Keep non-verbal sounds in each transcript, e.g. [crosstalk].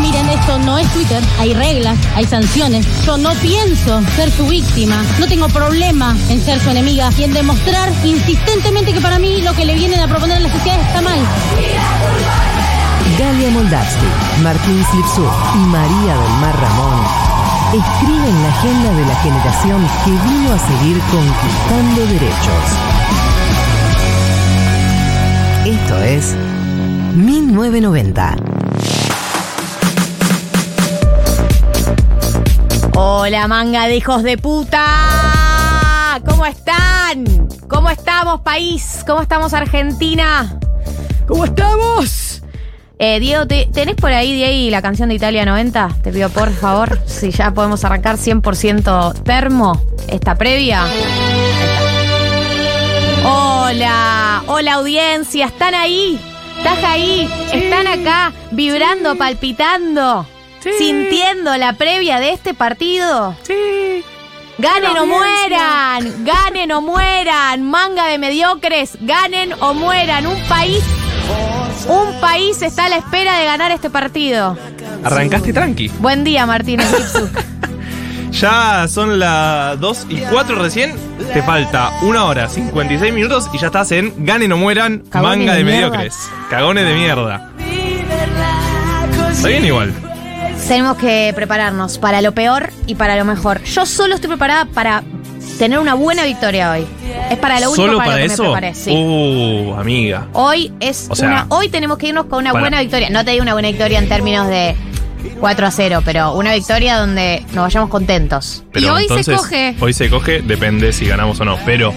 Miren, esto no es Twitter, hay reglas, hay sanciones. Yo no pienso ser su víctima, no tengo problema en ser su enemiga y en demostrar insistentemente que para mí lo que le vienen a proponer a la sociedad está mal. Galia Moldavsky, Martín Slipsú y María del Mar Ramón escriben la agenda de la generación que vino a seguir conquistando derechos. Esto es 1990. Hola, manga de hijos de puta. ¿Cómo están? ¿Cómo estamos, país? ¿Cómo estamos, Argentina? ¿Cómo estamos? Eh, Diego, ¿te- ¿tenés por ahí, Diego, la canción de Italia 90? Te pido por [laughs] favor, si ya podemos arrancar 100% termo esta previa. Ahí está. Hola, hola audiencia, ¿están ahí? ¿Estás ahí? ¿Están acá vibrando, palpitando? ¿Sintiendo la previa de este partido? Ganen o mueran, ganen o mueran, manga de mediocres, ganen o mueran. Un país, un país está a la espera de ganar este partido. Arrancaste tranqui. Buen día, Martínez Lipsuk. Ya son las 2 y 4 recién. Te falta una hora, 56 minutos y ya estás en Ganen o Mueran, Cagones manga de de, mierda. mediocres. Cagones de mierda. Está bien igual. Tenemos que prepararnos para lo peor y para lo mejor. Yo solo estoy preparada para tener una buena victoria hoy. Es para lo único ¿Solo para, para lo que eso? me preparé. sí. Uh, amiga. Hoy es O sea, una, hoy tenemos que irnos con una para- buena victoria. No te digo una buena victoria en términos de 4 a 0, pero una victoria donde nos vayamos contentos. Pero Y hoy se entonces, coge. Hoy se coge, depende si ganamos o no. Pero,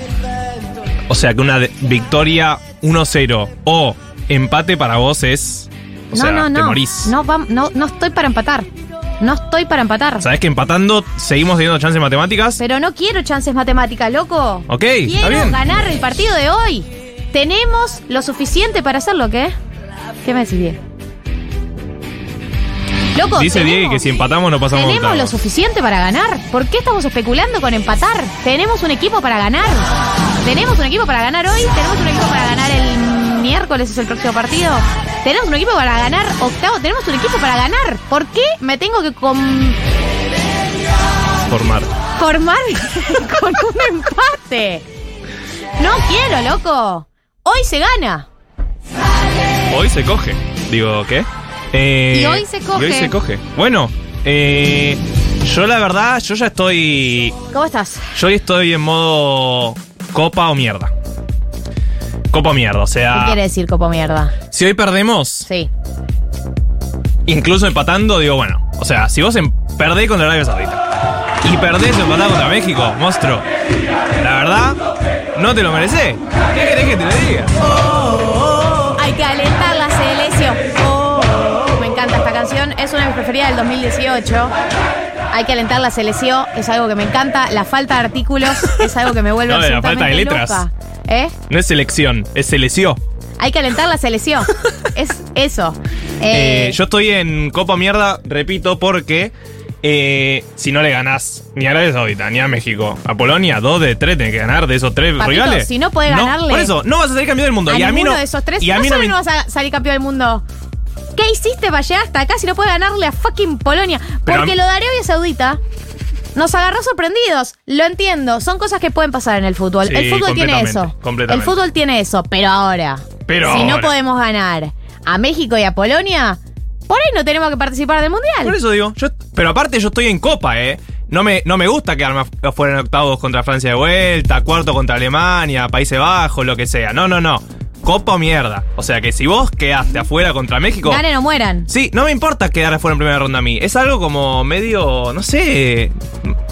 o sea que una de- victoria 1-0 o empate para vos es. O sea, no, no, te no. morís. No, vam- no. no estoy para empatar. No estoy para empatar. Sabés que empatando seguimos teniendo chance en matemáticas. Pero no quiero chances matemáticas, loco. ok, Quiero está bien. ganar el partido de hoy. Tenemos lo suficiente para hacerlo, ¿qué? ¿Qué me decís, Diego? Loco, Dice tenemos- Diego que si empatamos no pasamos Tenemos lo octavos. suficiente para ganar. ¿Por qué estamos especulando con empatar? Tenemos un equipo para ganar. Tenemos un equipo para ganar hoy. Tenemos un equipo para ganar el miércoles, es el próximo partido. Tenemos un equipo para ganar octavo. Tenemos un equipo para ganar. ¿Por qué me tengo que conformar Formar. [laughs] con un empate? No quiero, loco. Hoy se gana. Hoy se coge. Digo, ¿qué? Eh, Y hoy se coge. y hoy se coge. Bueno, eh, yo la verdad, yo ya estoy. ¿Cómo estás? Yo hoy estoy en modo copa o mierda. Copa o mierda, o ¿Qué sea. quiere decir copo mierda? Si hoy perdemos, Sí. incluso empatando, digo, bueno. O sea, si vos em- perdés contra Arabia Saudita y perdés o empatás contra México, monstruo. La verdad, no te lo merecés. ¿Qué querés que te lo diga? Hay que alentar la selección. Oh, me encanta esta canción. Es una de mis preferidas del 2018. Hay que alentar la selección. Es algo que me encanta. La falta de artículos es algo que me vuelve [laughs] No, la absolutamente falta de letras. loca. ¿Eh? No es selección, es selección. Hay que alentar la selección. es eso. Eh, Eh, yo estoy en Copa Mierda, repito, porque eh, si no le ganás ni a Arabia Saudita, ni a México, a Polonia, dos de tres tenés que ganar de esos tres Papito, rivales. si no podés ganarle Por eso, no vas a salir campeón del mundo. a y a mí ninguno no. de esos tres. y a no mí no solo me- no vas a salir campeón del mundo. ¿Qué hiciste para llegar hasta acá si no puedes ganarle a fucking Polonia? Pero Porque a mí- lo de Arabia Saudita nos agarró sorprendidos. Lo entiendo. Son cosas que pueden pasar en el fútbol. Sí, el fútbol tiene completamente, eso. completamente. El fútbol tiene eso. Pero ahora, Pero si no ahora. podemos ganar a México y a Polonia, por ahí no tenemos que participar del mundial. Por eso digo, yo- pero aparte yo estoy en Copa, ¿eh? No me, no me gusta quedarme af- afuera en octavos contra Francia de vuelta, cuarto contra Alemania, Países Bajos, lo que sea. No, no, no. Copa o mierda. O sea que si vos quedaste afuera contra México. Ganen o mueran. Sí, no me importa quedar afuera en primera ronda a mí. Es algo como medio. No sé.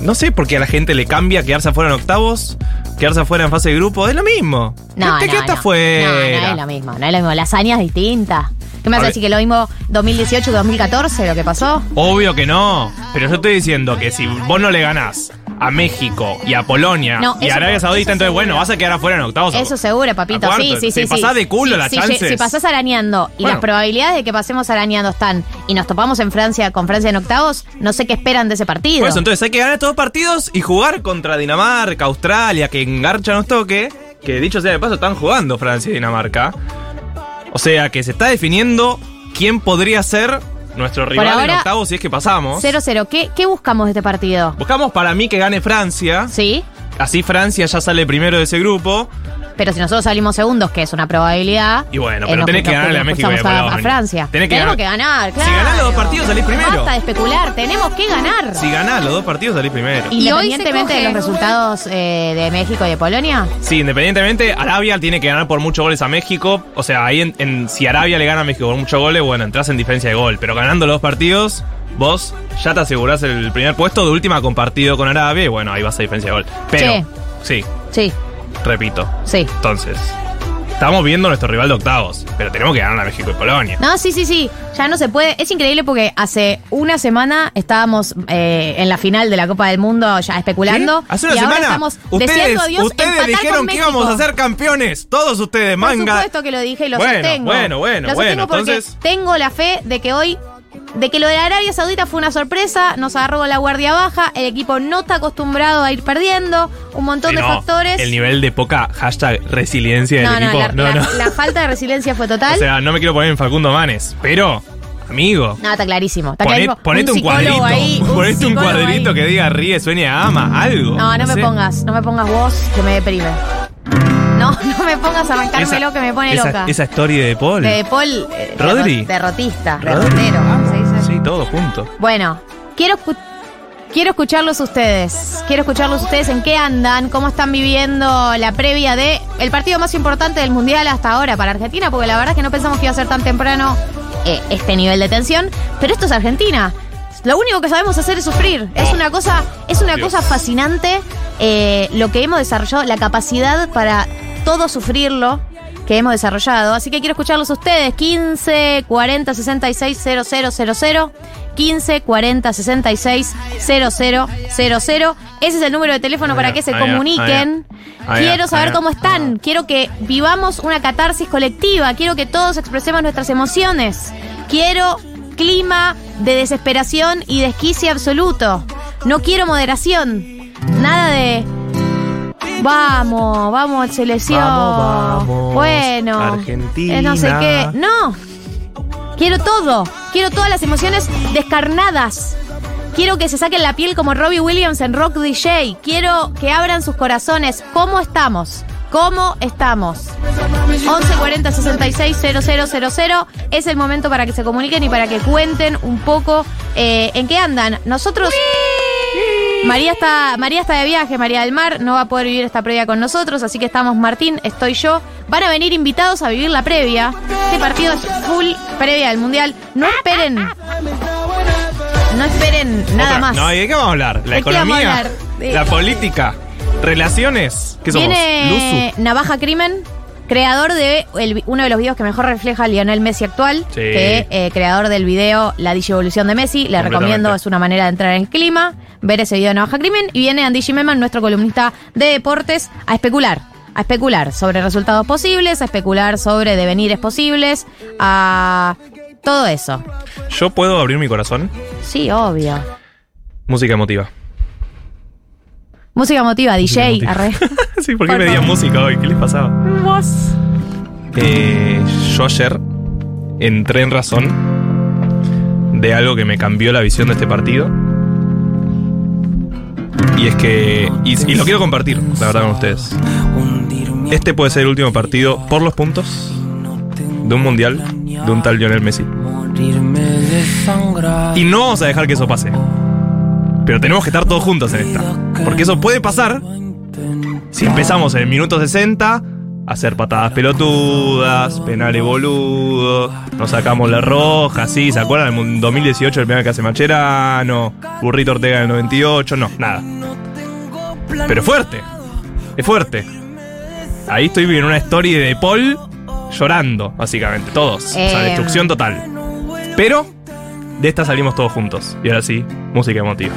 No sé por qué a la gente le cambia quedarse afuera en octavos, quedarse afuera en fase de grupo. Es lo mismo. No, Te no, quedaste no. No, afuera. no es lo mismo, no es lo mismo. Las hazañas distintas. ¿Qué me A vas a ver. decir que lo mismo 2018-2014, lo que pasó? Obvio que no. Pero yo estoy diciendo que si vos no le ganás a México y a Polonia No, y eso- a Arabia Saudita, entonces bueno, vas a quedar afuera en octavos. Eso seguro, papito. A Sí, cuarto. sí, sí. Si sí. pasás de culo Sí, las sí, sí, chances. Si pasás arañando y Bueno. las probabilidades de que pasemos arañando están y nos topamos en Francia con Francia en octavos, no sé qué esperan de ese partido. Por eso, Pues entonces hay que ganar estos partidos y jugar contra Dinamarca, Australia, que engarcha nos toque. Que dicho sea de paso, están jugando Francia y Dinamarca. O sea que se está definiendo quién podría ser nuestro rival en ahora, octavos si es que pasamos. 0-0. ¿Qué, ¿Qué buscamos de este partido? Buscamos para mí que gane Francia. Sí. Así Francia ya sale primero de ese grupo. Pero si nosotros salimos segundos, que es una probabilidad. Y bueno, eh, pero nos tenés que juntamos- ganarle a nos México y a juntamos a, Polonia. a Francia. Tenés que Tenemos ganar. que ganar, claro. Si ganás los dos partidos, salís primero. Basta de especular, tenemos que ganar. Si ganás los dos partidos, salís primero. Independientemente de los resultados eh, de México y de Polonia. Sí, independientemente, Arabia tiene que ganar por muchos goles a México. O sea, ahí en, en- si Arabia le gana a México por muchos goles, bueno, entras en diferencia de gol. Pero ganando los partidos, vos ya te asegurás el primer puesto de última compartido con Arabia y bueno, ahí vas a diferencia de gol. Pero, sí, Sí, repito. sí. Entonces, estamos viendo nuestro rival de octavos, pero tenemos que ganar a México y Polonia. No, sí, sí, sí. Ya no se puede. Es increíble porque hace una semana estábamos eh, en la final de la Copa del Mundo ya especulando. Hace una y semana, ahora estamos ustedes, deseando a Dios ustedes empatar con dijeron que México. íbamos a ser campeones. Todos ustedes, Por manga. supuesto que lo dije y lo Bueno, sostengo. bueno, bueno, Lo sostengo bueno, porque entonces- tengo la fe de que hoy. De que lo de Arabia Saudita fue una sorpresa, nos agarró la guardia baja, el equipo no está acostumbrado a ir perdiendo, un montón Sí, de no, factores. El nivel de poca hashtag resiliencia no, del no, equipo. la, no, la- no. la falta de resiliencia fue total. [laughs] O sea, no me quiero poner en Facundo Manes, pero, amigo, no, está clarísimo. Está poné- clarísimo. ponete un, psicólogo cuadrito. ahí, [laughs] ponete un psicólogo cuadrito ahí. que diga ríe, sueña, ama, algo. No, no me sé. pongas, no me pongas vos que me deprime. No, [laughs] no me pongas a arrancármelo que me pone esa, loca. Esa historia de Paul. De Paul. eh, Rodri. derro- Derrotista, Rodri. derrotero. ¿cómo se dice? Sí, todo junto. Bueno, quiero, escu- quiero escucharlos ustedes. Quiero escucharlos ustedes en qué andan, cómo están viviendo la previa de el partido más importante del Mundial hasta ahora para Argentina, porque la verdad es que no pensamos que iba a ser tan temprano eh, este nivel de tensión. Pero esto es Argentina. Lo único que sabemos hacer es sufrir. Es una cosa, es una Dios. cosa fascinante eh, lo que hemos desarrollado, la capacidad para todo sufrirlo que hemos desarrollado. Así que quiero escucharlos ustedes. 15 40 66 000 15 40 66 000. Ese es el número de teléfono Ahí para va, que se ahí va, comuniquen. ahí va. Ahí va, Quiero saber ahí va. cómo están. Quiero que vivamos una catarsis colectiva. Quiero que todos expresemos nuestras emociones. Quiero clima de desesperación y desquicia absoluto. No quiero moderación. Nada de. Vamos, vamos, selección. Vamos, vamos, bueno. Argentina. eh, No sé qué. No. Quiero todo. Quiero todas las emociones descarnadas. Quiero que se saquen la piel como Robbie Williams en Rock DJ. Quiero que abran sus corazones. ¿Cómo estamos? ¿Cómo estamos? 1140 66 000 es el momento para que se comuniquen y para que cuenten un poco eh, en qué andan. Nosotros. María está, María está de viaje, María del Mar, no va a poder vivir esta previa con nosotros, así que estamos Martín, estoy yo. Van a venir invitados a vivir la previa. Este partido es full previa del Mundial. No esperen. No esperen nada Otra- más. No, ¿y de qué vamos a hablar? ¿La ¿De qué vamos a economía? hablar? De- ¿La política? ¿Relaciones? ¿Qué somos? Viene ¿Luzu? Navaja Crimen, creador de el- uno de los videos que mejor refleja a Lionel Messi actual, Sí. que eh, creador del video La Digievolución de Messi. Le Completamente. recomiendo, es una manera de entrar en el clima, ver ese video de Navaja Crimen. Y viene Andy Gimeman, nuestro columnista de deportes, a especular. A especular sobre resultados posibles, a especular sobre devenires posibles, a todo eso. ¿Yo puedo abrir mi corazón? Sí, obvio. Música emotiva. Música motiva, DJ, emotiva. [laughs] arre. sí, ¿por qué Por pedía favor. música hoy? ¿Qué les pasaba? Vos. Eh, yo ayer entré en razón de algo que me cambió la visión de este partido. Y es que. Y, y lo quiero compartir, la verdad, con ustedes. Este puede ser el último partido por los puntos de un mundial de un tal Lionel Messi. Y no vamos a dejar que eso pase. Pero tenemos que estar todos juntos en esta. Porque eso puede pasar si empezamos en el minuto 60 a hacer patadas pelotudas, penales boludos, nos sacamos la roja, sí, ¿se acuerdan? En 2018 el penal que hace Macherano, Burrito Ortega en el 98, no, nada. Pero fuerte, es fuerte. Ahí estoy en una story de Paul llorando, básicamente, todos. O sea, Eh. destrucción total. Pero de esta salimos todos juntos. Y ahora sí, música emotiva.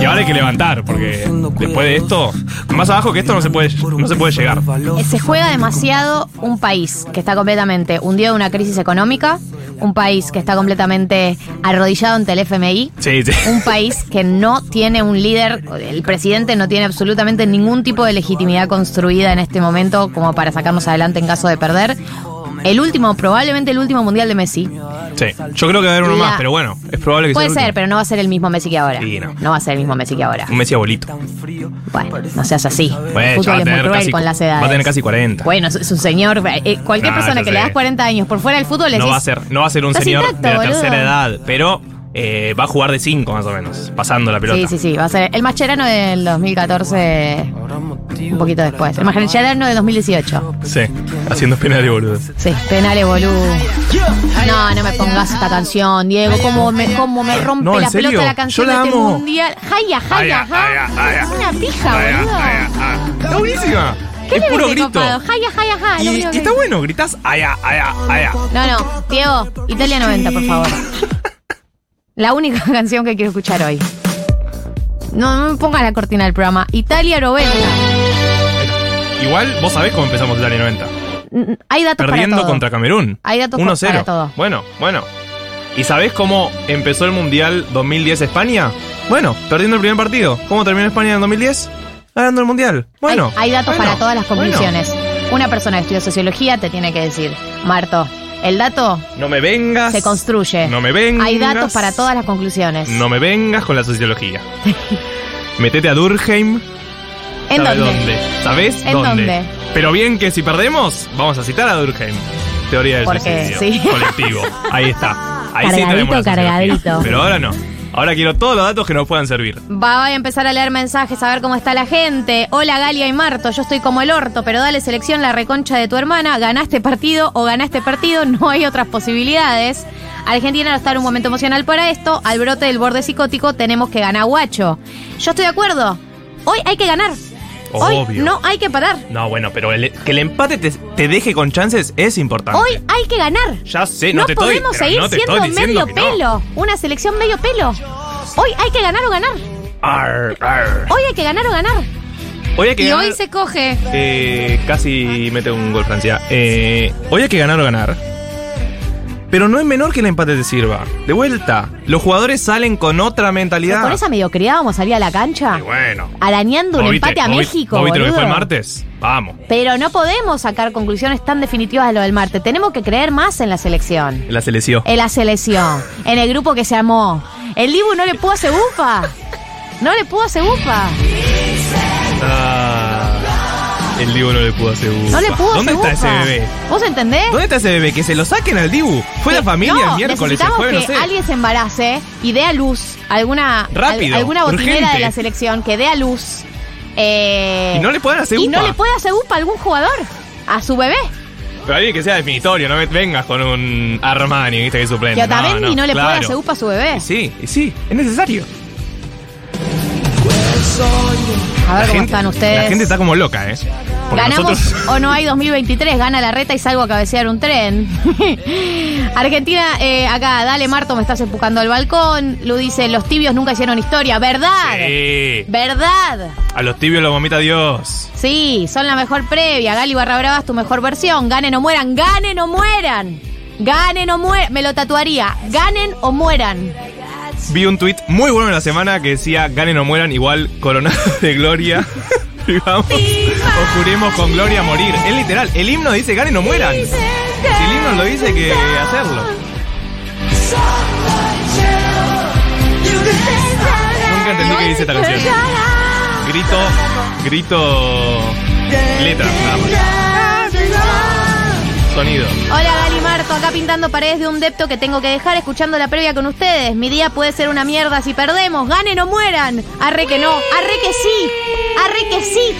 Y ahora hay que levantar, porque después de esto, más abajo que esto no se puede, no se puede llegar. Eh, Se juega demasiado un país que está completamente hundido en una crisis económica, un país que está completamente arrodillado ante el FMI, Sí, sí. un país que no tiene un líder, el presidente no tiene absolutamente ningún tipo de legitimidad construida en este momento como para sacarnos adelante en caso de perder. El último, probablemente el último mundial de Messi. Sí. Yo creo que va a haber uno La- más, pero bueno, es probable que Puede sea. ser, pero no va a ser el mismo Messi que ahora. Sí, no. No va a ser el mismo Messi que ahora. Un Messi abuelito. Bueno, no seas así. El Bueno, ya fútbol va es a muy tener cruel casi, con las va a edades. tener casi 40. Bueno, es un señor. eh, cualquier No, persona ya que le sé. das 40 años por fuera del fútbol le No decís, va a ser, no va a ser un Estás señor intacto, de la boludo. tercera edad, pero eh, va a jugar de 5 más o menos, pasando la pelota. Sí, sí, sí, va a ser el Mascherano del 2014, un poquito después. El Mascherano del 2018. Sí, haciendo penales, boludo. Sí, penales, boludo. No, no me pongas esta canción, Diego. Cómo me, cómo me rompe No, ¿en la serio? pelota la Yo canción la de este amo. mundial. Jaya, jaya, Jaya, jaya. jaya, Es una pija, Ay, boludo. ay, ay, ay. Está buenísima. ¿Qué es le puro ves de grito. copado? Jaya, jaya, jaya. Y, y está bueno, gritás allá, allá, allá. No, no, Diego, Italia 90, por favor. La única [laughs] canción que quiero escuchar hoy. No, no me pongas la cortina del programa. Italia 90. Igual vos sabés cómo empezamos el año 90. Mm, Hay datos Perdiendo para todo. contra Camerún. Hay datos co- 1-0. para todo. Bueno, bueno. ¿Y sabés cómo empezó el Mundial 2010 España? Bueno, perdiendo el primer partido. ¿Cómo terminó España en el 2010? Ganando el Mundial. Bueno. hay, hay datos bueno, para todas las bueno. conclusiones. Una persona que estudia sociología te tiene que decir, Marto, el dato No me vengas. se construye. No me vengas. Hay datos para todas las conclusiones. No me vengas con la sociología. Metete a Durkheim. ¿En ¿Sabe dónde? ¿Sabés ¿En dónde? Pero bien que si perdemos, vamos a citar a Durkheim. Teoría del Porque, suicidio sí. colectivo. Ahí está. Ahí sí Cargadito, tenemos la sociología. cargadito. Pero ahora no. Ahora quiero todos los datos que nos puedan servir. Va voy a empezar a leer mensajes, a ver cómo está la gente. Hola Galia y Marto, yo estoy como el orto, pero dale selección la reconcha de tu hermana. Ganaste partido o ganaste partido, no hay otras posibilidades. Argentina no está en un momento emocional para esto. Al brote del borde psicótico tenemos que ganar guacho. Yo estoy de acuerdo. Hoy hay que ganar. Hoy Obvio. no hay que parar. No, bueno, pero el- que el empate te, te deje con chances es importante. Hoy hay que ganar. Ah. ya sé, no, no te estoy- podemos pero seguir no te siendo estoy diciendo medio que no. pelo. Una selección medio pelo. Hoy hay que ganar o ganar. Arr, arr. Hoy hay que ganar o ganar. Hoy hay que Y ganar- hoy se coge. Eh, casi mete un gol Francia. Eh, hoy hay que ganar o ganar. Pero no es menor que el empate te sirva. De vuelta, los jugadores salen con otra Pero mentalidad. con esa mediocridad vamos a salir a la cancha Y bueno. arañando un ¿Vos viste- empate a vos vi- México. ¿Vos viste lo que boludo. fue el martes? Vamos. Pero no podemos sacar conclusiones tan definitivas de lo del martes. Tenemos que creer más en la selección, La selección. en la selección, en el grupo que se armó. El Dibu no le pudo hacer upa. No le pudo hacer upa. Ah, el Dibu no le pudo hacer ufa. No le pudo ¿Dónde hacer Eh. está ese upa. bebé? ¿Vos entendés? ¿Dónde está ese bebé? Que se lo saquen al Dibu. Fue la Que- familia Eh, no, el miércoles, el necesitamos jueves, no que sé. alguien se embarace y dé a luz alguna, Rápido, alguna botinera urgente. de la selección que dé a luz. eh, Y no le puedan hacer y upa. no le puede hacer upa a algún jugador, a su bebé. Pero alguien que sea definitorio, no me vengas con un Armani, viste que es suplente. Que Otamendi Eh, no, no, le claro. puede hacer upa a su bebé. Y Sí, y sí, es necesario. A ver cómo están ustedes. La gente está como loca, ¿eh? Porque Ganamos nosotros- o no hay 2023, gana la reta y salgo a cabecear un tren. [laughs] Argentina, eh, acá, dale Marto, me estás empujando al balcón. Lu dice, los tibios nunca hicieron historia. ¿Verdad? Sí. ¿Verdad? A los tibios los vomita Dios. Sí, son la mejor previa. Gali Barra Brava es tu mejor versión. Ganen o mueran, ganen o mueran. Ganen o mueran. Me lo tatuaría. Ganen o mueran. Vi un tuit muy bueno en la semana que decía: ganen o mueran, igual coronados de gloria. [laughs] Y vamos, os juremos con gloria a morir. Es literal, el himno dice: ganen o mueran. Si el himno lo dice, hay que hacerlo. Nunca entendí qué dice esta canción. Grito, grito, letra, nada más. sonido. Hola Gali Marto, acá pintando paredes de un depto que tengo que dejar escuchando la previa con ustedes. Mi día puede ser una mierda si perdemos, ganen o mueran. Arre que no, arre que sí, arre que sí,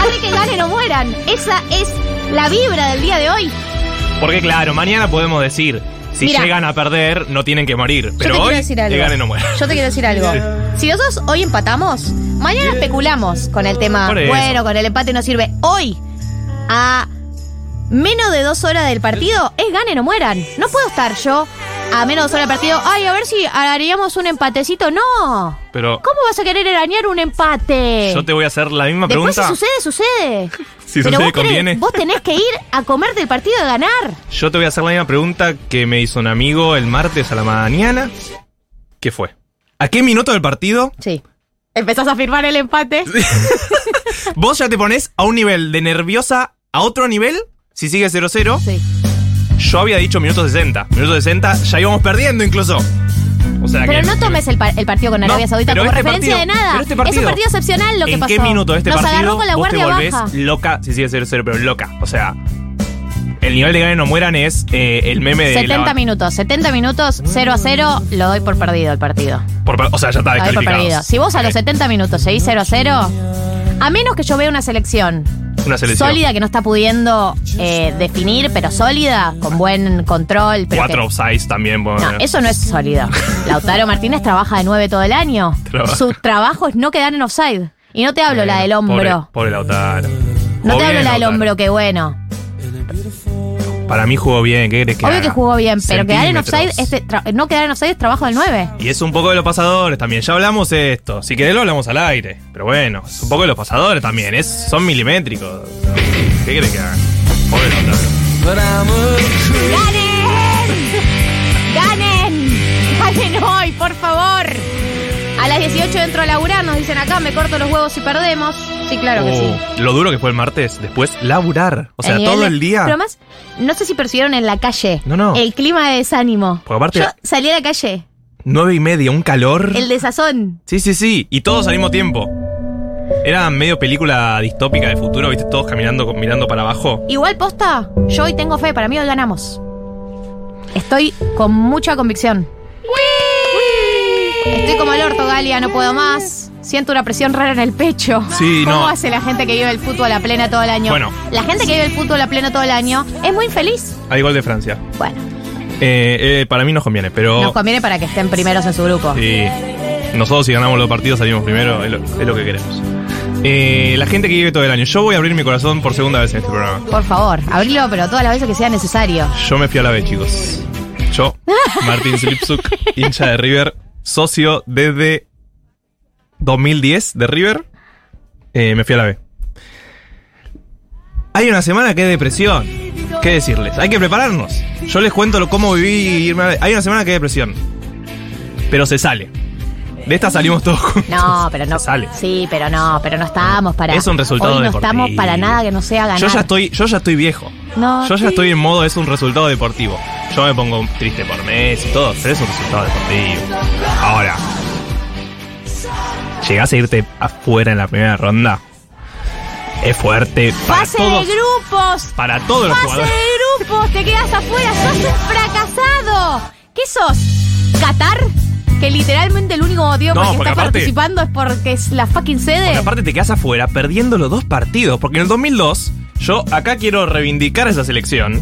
arre que ganen o mueran. Esa es la vibra del día de hoy. Porque claro, mañana podemos decir, si Mira. llegan a perder, no tienen que morir. Yo Pero te hoy, quiero decir algo. llegan y no mueren. Yo te quiero decir algo. Sí. Si nosotros hoy empatamos, mañana especulamos con el tema. Por eso. Bueno, con el empate no sirve. Hoy, a menos de dos horas del partido, es ganen o mueran. No puedo estar yo a menos de dos horas del partido. Ay, a ver si haríamos un empatecito. No. [laughs] Pero ¿Cómo vas a querer arañar un empate? yo te voy a hacer la misma Después si pregunta. sucede, sucede. [laughs] Si Pero sucede, vos querés- conviene. vos tenés que ir a comerte el partido de ganar. Yo te voy a hacer la misma pregunta que me hizo un amigo el martes a la mañana. ¿Qué fue? ¿A qué minuto del partido? Sí. Empezás a firmar el empate. Vos ya te pones a un nivel de nerviosa a otro nivel si sigue 0-0. Sí. Yo había dicho minuto 60. Minuto 60, ya íbamos perdiendo incluso. O sea Pero que. no tomes el, par- el partido con No, Arabia Saudita pero como este referencia partido- de nada. pero este partido- es un partido excepcional lo que ¿En pasó. qué minuto de este Nos partido agarró con la vos te guardia volvés baja. loca si sigue 0-0, pero loca? O sea, el nivel de ganen o mueran es eh, el meme de. 70 la- minutos, 70 minutos, 0 a 0, lo doy por perdido el partido. por- o sea, ya está Lo doy por perdido. descalificado. Eh, Si vos a los Ok, 70 minutos seguís 0 a 0, a menos que yo vea una selección Una selección. sólida que no está pudiendo eh, definir, pero sólida, con buen control. Pero Cuatro que- offsides también. bueno. No, eso no es sólido. Lautaro Martínez trabaja de 9 todo el año. [laughs] Trabaja. Su trabajo es no quedar en offside. Y no te hablo la del hombro. Pobre, pobre Lautaro. No Jugó te hablo bien, la del Lautaro. hombro, que bueno. Para mí jugó bien, ¿qué crees que Obvio haga? que jugó bien, pero quedar en offside, Centímetros. este tra- no quedar en offside es trabajo del 9. Y es un poco de los pasadores también. Ya hablamos esto. Si querés lo hablamos al aire. Pero bueno, es un poco de los pasadores también. Es, son milimétricos. ¿Qué crees que haga? Pobre Lautaro. ¡Ganen! ¡Ganen! ¡Ganen hoy, por favor! A las 18 entro a laburar, nos dicen acá, me corto los huevos si perdemos. Sí, claro que sí. Oh, Lo duro que fue el martes. Después laburar. O sea, nivel todo de- el día. Pero más, no sé si percibieron en la calle No, no. el clima de desánimo. Porque aparte- Yo salí a la calle, Nueve y media, un calor. [laughs] el desazón. Sí, sí, sí. Y todos al mismo tiempo. Era medio película distópica de futuro, viste, todos caminando, mirando para abajo. Igual posta, yo hoy tengo fe, para mí hoy ganamos. Estoy con mucha convicción. Estoy como el orto, Galia, no puedo más. Siento una presión rara en el pecho. Sí, ¿Cómo no. hace la gente que vive el fútbol a plena todo el año? Bueno. La gente que vive el fútbol a plena todo el año es muy feliz. Hay gol de Francia. Bueno, Eh, eh, para mí nos conviene, pero. nos conviene para que estén primeros en su grupo. Sí. Nosotros si ganamos los partidos salimos primero, es lo, es lo que queremos. Eh, la gente que vive todo el año. Yo voy a abrir mi corazón por segunda vez en este programa. Por favor, abrilo, pero todas las veces que sea necesario. Yo me fui a la vez, chicos. Yo, Martín Slipsuk, hincha de River, socio desde 2010 de River, eh, me fui a la B. Hay una semana que es depresión. ¿Qué decirles? Hay que prepararnos. Yo les cuento lo- cómo viví irme a la B. Hay una semana que es depresión. Pero se sale. De esta salimos todos juntos. [laughs] No, pero no. Se sale. Sí, pero no, pero no estábamos para. Es un resultado Hoy no deportivo. estamos para nada que no sea ganar. Yo ya estoy, yo ya estoy viejo. No, yo sí. ya estoy en modo es un resultado deportivo. Yo me pongo triste por mes y todo, pero es un resultado deportivo. Ahora, llegás a irte afuera en la primera ronda. Es fuerte para Pase todos, de grupos. para todos los Pase jugadores. de grupos, te quedas afuera, sos un fracasado. ¿Qué sos? ¿Qatar? Que literalmente el único motivo No, por el que porque está aparte- participando es porque es la fucking Porque sede. aparte te quedas afuera perdiendo los dos partidos, porque en el 2002 yo acá quiero reivindicar esa selección.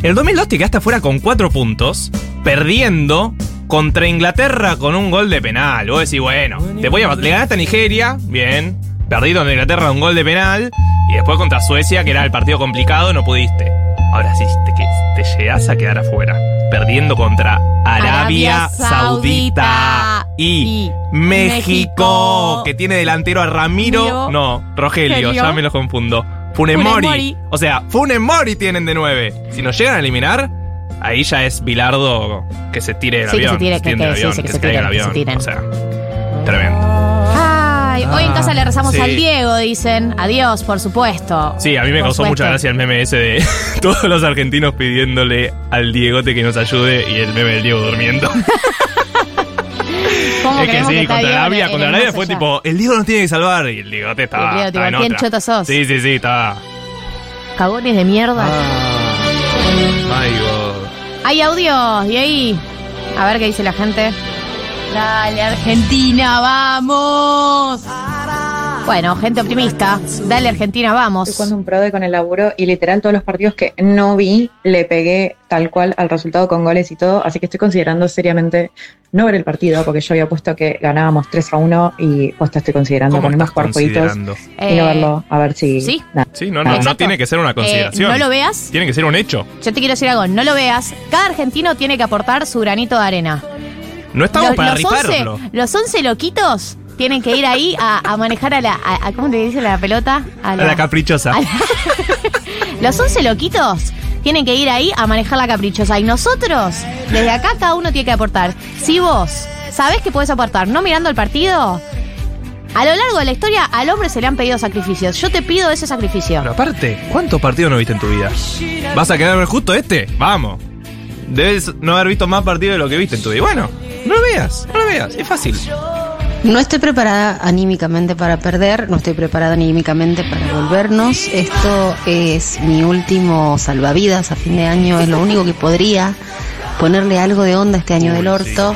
En el 2002 te quedaste afuera con cuatro puntos, perdiendo contra Inglaterra con un gol de penal. Vos decís, bueno, te voy a, le ganaste a Nigeria, bien. Perdí contra Inglaterra un gol de penal. Y después contra Suecia, que era el partido complicado, no pudiste. Ahora sí, te, que- te llegás a quedar afuera. Perdiendo contra Arabia, Arabia Saudita Saudita, y, y México. México, que tiene delantero a Ramiro. Ramiro. no, Rogelio, Rogelio. ya me los confundo. Funemori. Funemori. O sea, Funemori tienen de nueve. Si nos llegan a eliminar, ahí ya es Bilardo que se tire del Sí, que avión. se tire, que- tiren que- del sí, avión, sí, que se caiga del tiren, que avión. O se sea, tremendo. Ay, hoy en casa le rezamos Ah, Sí. al Diego, dicen. Adiós, por supuesto. Sí, a mí me Por causó supuesto. mucha gracia el meme ese de [laughs] todos los argentinos pidiéndole al Diegote que nos ayude y el meme del Diego durmiendo. ¿Cómo Es que queremos sí, está contra Diego en Arabia, el- contra en el Arabia más fue allá? tipo, el Diego nos tiene que salvar y el Y Diegote el estaba, Diego, tipo, estaba en ¿quién otra. choto sos? Sí, sí, sí, estaba. Cagones de mierda. My God. Hay audios, y ahí. A ver qué dice la gente. Dale, Argentina, vamos. Bueno, gente optimista. Dale, Argentina, vamos. Yo cuando un prode con el laburo y literal todos los partidos que no vi, le pegué tal cual al resultado con goles y todo, así que estoy considerando seriamente no ver el partido, porque yo había puesto que ganábamos 3 a 1 y posta estoy considerando ¿Cómo poner más estás cuerpoditos y no considerando? Eh, verlo, a ver si... sí. nada. Sí, no, no, no Exacto. tiene que ser una consideración. Eh, no lo veas. Tiene que ser un hecho. Yo te quiero decir algo, no lo veas. Cada argentino tiene que aportar su granito de arena. No estamos Los- para los, 11, rifarlo. los 11 loquitos tienen que ir ahí a, a manejar a la. a- a- ¿Cómo te dice la pelota? A A la caprichosa. [laughs] Los 11 loquitos tienen que ir ahí a manejar la caprichosa. Y nosotros, desde acá, cada uno tiene que aportar. Si vos sabés que podés aportar no mirando el partido, a lo largo de la historia al hombre se le han pedido sacrificios. Yo te pido ese sacrificio. Pero aparte, ¿cuántos partidos no viste en tu vida? ¿Vas a querer ver justo este? Vamos. Debes no haber visto más partidos de lo que viste en tu vida. Y Bueno, no lo veas, no lo veas. Es fácil. No estoy preparada anímicamente para perder, no estoy preparada anímicamente para volvernos. Esto es mi último salvavidas a fin de año, es lo único que podría ponerle algo de onda a este año del orto.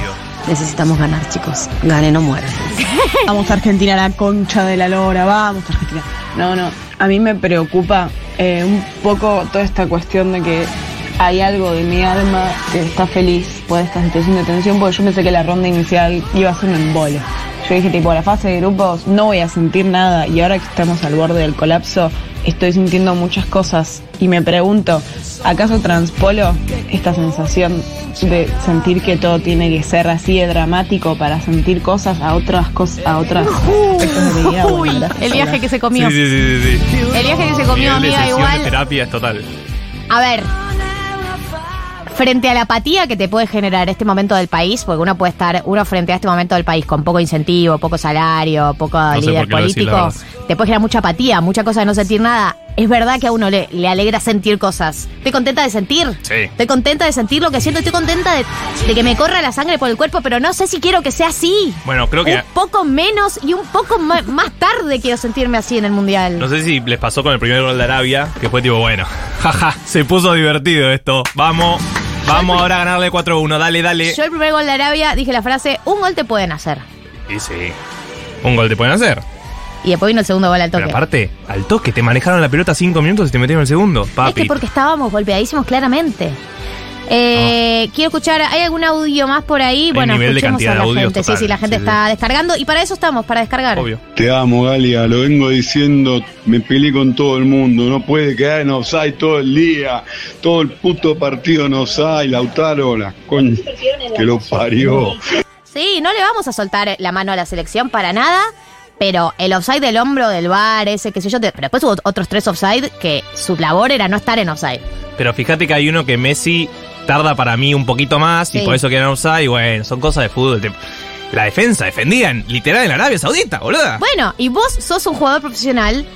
Necesitamos ganar, chicos. Gane, no muere. [laughs] Vamos Argentina, la concha de la lora, vamos Argentina. No, no, a mí me preocupa eh, un poco toda esta cuestión de que hay algo de mi alma que está feliz por esta situación de tensión, porque yo pensé que la ronda inicial iba a ser un embole. Yo dije, tipo, la fase de grupos no voy a sentir nada y ahora que estamos al borde del colapso, estoy sintiendo muchas cosas y me pregunto, ¿acaso transpolo esta sensación de sentir que todo tiene que ser así de dramático para sentir cosas a otras cosas, a otras aspectos de mi vida? Bueno, Uy, gracias, el viaje Sara. que se comió. Sí, sí, sí, sí, sí. El viaje que se Nivel comió, de amiga, sesión de igual. terapia es total. A ver. Frente a la apatía que te puede generar este momento del país, porque uno puede estar, uno frente a este momento del país con poco incentivo, poco salario, poco sé líder por qué lo decís, la político, te puede generar mucha apatía, mucha cosa de no sentir nada. Es verdad que a uno le, le alegra sentir cosas. Estoy contenta de sentir. Sí. Estoy contenta de sentir lo que siento, estoy contenta de, de que me corra la sangre por el cuerpo, pero no sé si quiero que sea así. Bueno, creo que. Un poco menos y un poco ma- más tarde quiero sentirme así en el mundial. No sé si les pasó con el primer gol de Arabia, que fue tipo, bueno, [laughs] jaja, se puso divertido esto. Vamos, vamos ahora a ganarle 4-1, dale, dale. Yo el primer gol de Arabia dije la frase, un gol te pueden hacer. Y sí, un gol te pueden hacer. Y después vino el segundo gol al Pero toque. aparte, al toque, te manejaron la pelota 5 minutos y te metieron el segundo. es que Papi, Este porque estábamos golpeadísimos claramente. Eh, Quiero escuchar, ¿hay algún audio más por ahí? bueno, Ah. nivel de escuchemos cantidad a de la audios gente. total. sí, sí, la gente Sí, sí. está descargando y para eso estamos, para descargar. Te amo, Galia, lo vengo diciendo, me peleé con todo el mundo, no puede quedar en offside todo el día, todo el puto partido en offside, Lautaro, la con... que lo parió. Sí, no le vamos a soltar la mano a la selección para nada, pero el offside del hombro del bar, ese qué sé yo, te- pero después hubo otros tres offside que su labor era no estar en offside. pero fíjate que hay uno que Messi tarda para mí un poquito más Sí. y por eso quedan offside. y Bueno, son cosas de fútbol. Te- La defensa, defendían literal en Arabia Saudita, boluda. Bueno, y vos sos un jugador profesional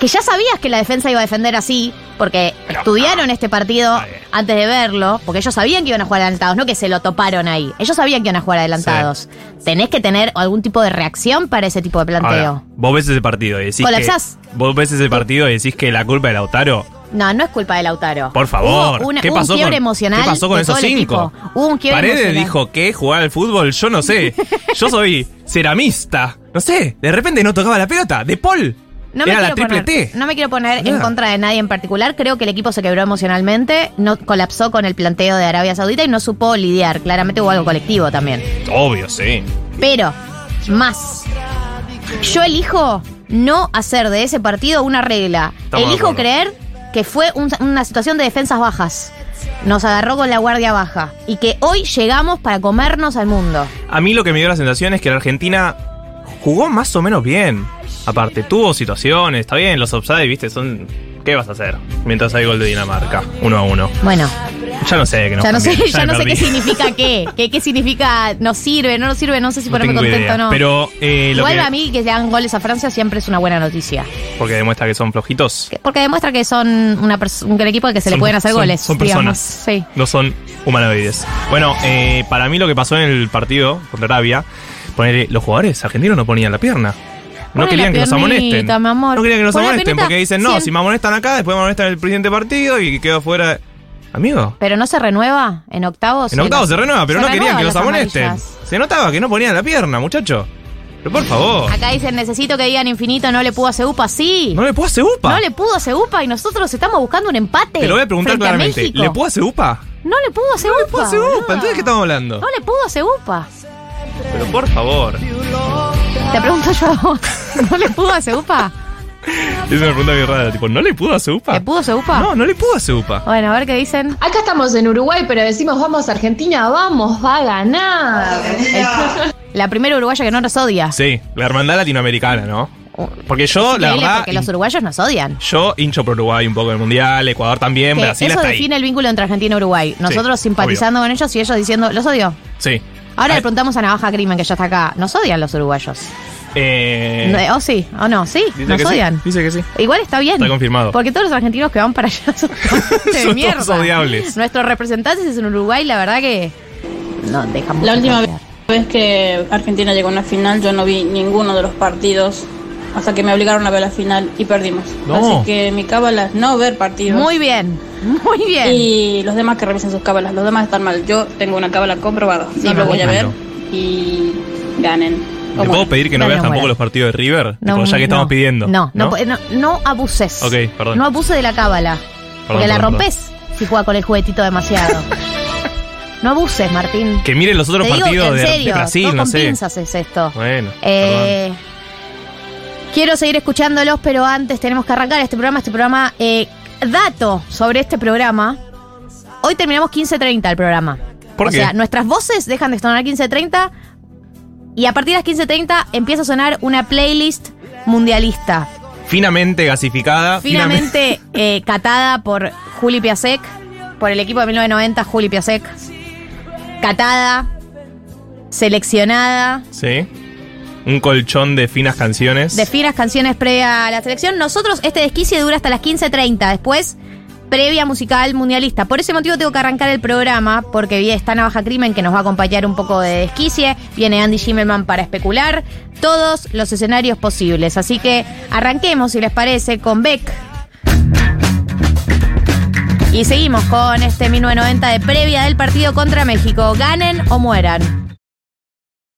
que ya sabías que la defensa iba a defender así, porque estudiaron este partido antes de verlo, porque ellos sabían que iban a jugar adelantados, no que se lo toparon ahí. Ellos sabían que iban a jugar adelantados. Tenés que tener algún tipo de reacción para ese tipo de planteo. Ahora, vos ves ese partido y decís. ¿Colapsás? Que, vos ves ese partido y decís que la culpa de Lautaro. No, no es culpa de Lautaro. Por favor. Hubo una- ¿Qué hubo pasó un quiebre con, emocional. ¿Qué pasó con de esos todo el cinco? equipo. Hubo un quiebre Paredes emocional. dijo que jugar al fútbol, yo no [laughs] sé. Yo soy ceramista. No sé, de repente no tocaba la pelota. De Paul. No me, Era la quiero triple poner, T. no me quiero poner en Boluda. contra de nadie en particular. Creo que el equipo se quebró emocionalmente, no colapsó con el planteo de Arabia Saudita y no supo lidiar. Claramente hubo algo colectivo también. Obvio, sí. Pero, más. Yo elijo no hacer de ese partido una regla. Estamos de elijo acuerdo. creer que fue un- una situación de defensas bajas. Nos agarró con la guardia baja. Y que hoy llegamos para comernos al mundo. A mí lo que me dio la sensación es que la Argentina jugó más o menos bien. Aparte, tuvo situaciones, está bien, los offside, viste, son. ¿Qué vas a hacer? Mientras hay gol de Dinamarca, uno a uno. Bueno. Ya no sé qué nos ya no sé, conviene, ya me no sé perdí. qué significa qué. qué. qué significa no sirve, no nos sirve, no sé si No ponerme tengo contento idea. o no. Pero eh, lo Igual que- a mí que le hagan goles a Francia siempre es una buena noticia. Porque demuestra que son flojitos. Porque demuestra que son una pers- un equipo al que se le Son- pueden hacer son- goles. son digamos. personas. Sí. No son humanoides. Bueno, eh, para mí lo que pasó en el partido contra Arabia, ponele, los jugadores argentinos no ponían la pierna. No Ponle querían la que nos piernita, amonesten. mi amor. No querían que nos Pon la amonesten piernita, porque dicen, no, cien. si me amonestan acá, después me amonestan en el siguiente partido y quedo fuera. Amigo. ¿Pero no se renueva en octavos? eh, En octavo se renueva, pero Se no querían renueva que los las amonesten. amarillas. Se notaba que no ponían la pierna, muchacho. Pero por favor. Acá dicen, necesito que digan infinito, no le pudo a Upa. Sí. No le puedo hacer UPA. No le pudo a Upa y nosotros estamos buscando un empate. Te lo voy a preguntar frente claramente. México. ¿Le puedo hacer UPA? No le pudo a No le pudo ¿Hace UPA? ¿Entonces de qué estamos hablando? No le pudo a Upa. Pero por favor. Te pregunto yo [laughs] a vos. ¿No le pudo a Upa? Es una pregunta bien rara, tipo, ¿no le pudo hacer UPA? ¿Le pudo a Upa? No, no le pudo hacer UPA. Bueno, a ver qué dicen. Acá estamos en Uruguay, pero decimos vamos Argentina, vamos, va a ganar. [laughs] La primera uruguaya que no nos odia. Sí, la hermandad latinoamericana, ¿no? Porque yo, la Increíble, verdad, porque los uruguayos nos odian. yo hincho por Uruguay un poco en el Mundial, Ecuador también, Que Brasil eso hasta ahí. define el vínculo entre Argentina y Uruguay. Nosotros Sí, simpatizando con ellos y ellos diciendo, los odio. Sí. Ahora le preguntamos a Navaja Crimen, que ya está acá. ¿Nos odian los uruguayos? Eh, ¿O sí? ¿O no? Sí, dice nos que sí, odian. dice que sí. Igual está bien. Está confirmado. Porque todos los argentinos que van para allá [laughs] son de Son mierda. todos odiables. Nuestros representantes en Uruguay, la verdad que no dejamos. La última vez que Argentina llegó a una final, yo no vi ninguno de los partidos hasta que me obligaron a ver la final y perdimos. No. Así que mi cábala es no ver partidos. Muy bien, muy bien. Y los demás que revisen sus cábalas, los demás están mal. Yo tengo una cábala comprobada, Sí, no lo no, voy a no. ver y ganen. O ¿Te puedo mueran. pedir que no Dale, veas tampoco bueno. los partidos de River? No, Tipo, ya que estamos no. pidiendo. No, no, po- no, no abuses. Ok, perdón. No abuses de la cábala. porque Perdón, la perdón, rompes si juega con el juguetito demasiado. [laughs] no abuses, Martín. Que miren los otros Te digo que partidos en de, de serio, Brasil, todo no con sé. pinzas es esto. Bueno. Eh, quiero seguir escuchándolos, pero antes tenemos que arrancar este programa. Este programa, eh, dato sobre este programa. Hoy terminamos 15.30 el programa. ¿Por o qué? sea, nuestras voces dejan de sonar 15.30 y a partir de las 15.30 empieza a sonar una playlist mundialista. perdón. Finamente gasificada. Finamente eh, catada por Juli Piasek, por el equipo de 1990, Juli Piasek. Catada, seleccionada. Sí. Un colchón de finas canciones. de finas canciones previa a la selección. Nosotros, este desquicie dura hasta las 15.30. Después, previa musical mundialista. Por ese motivo tengo que arrancar el programa, porque vi- está Navaja Crimen que nos va a acompañar un poco de desquicie. Viene Andy Zimmerman para especular todos los escenarios posibles. Así que arranquemos, si les parece, con Beck. Y seguimos con este 1990 de previa del partido contra México. Ganen o mueran.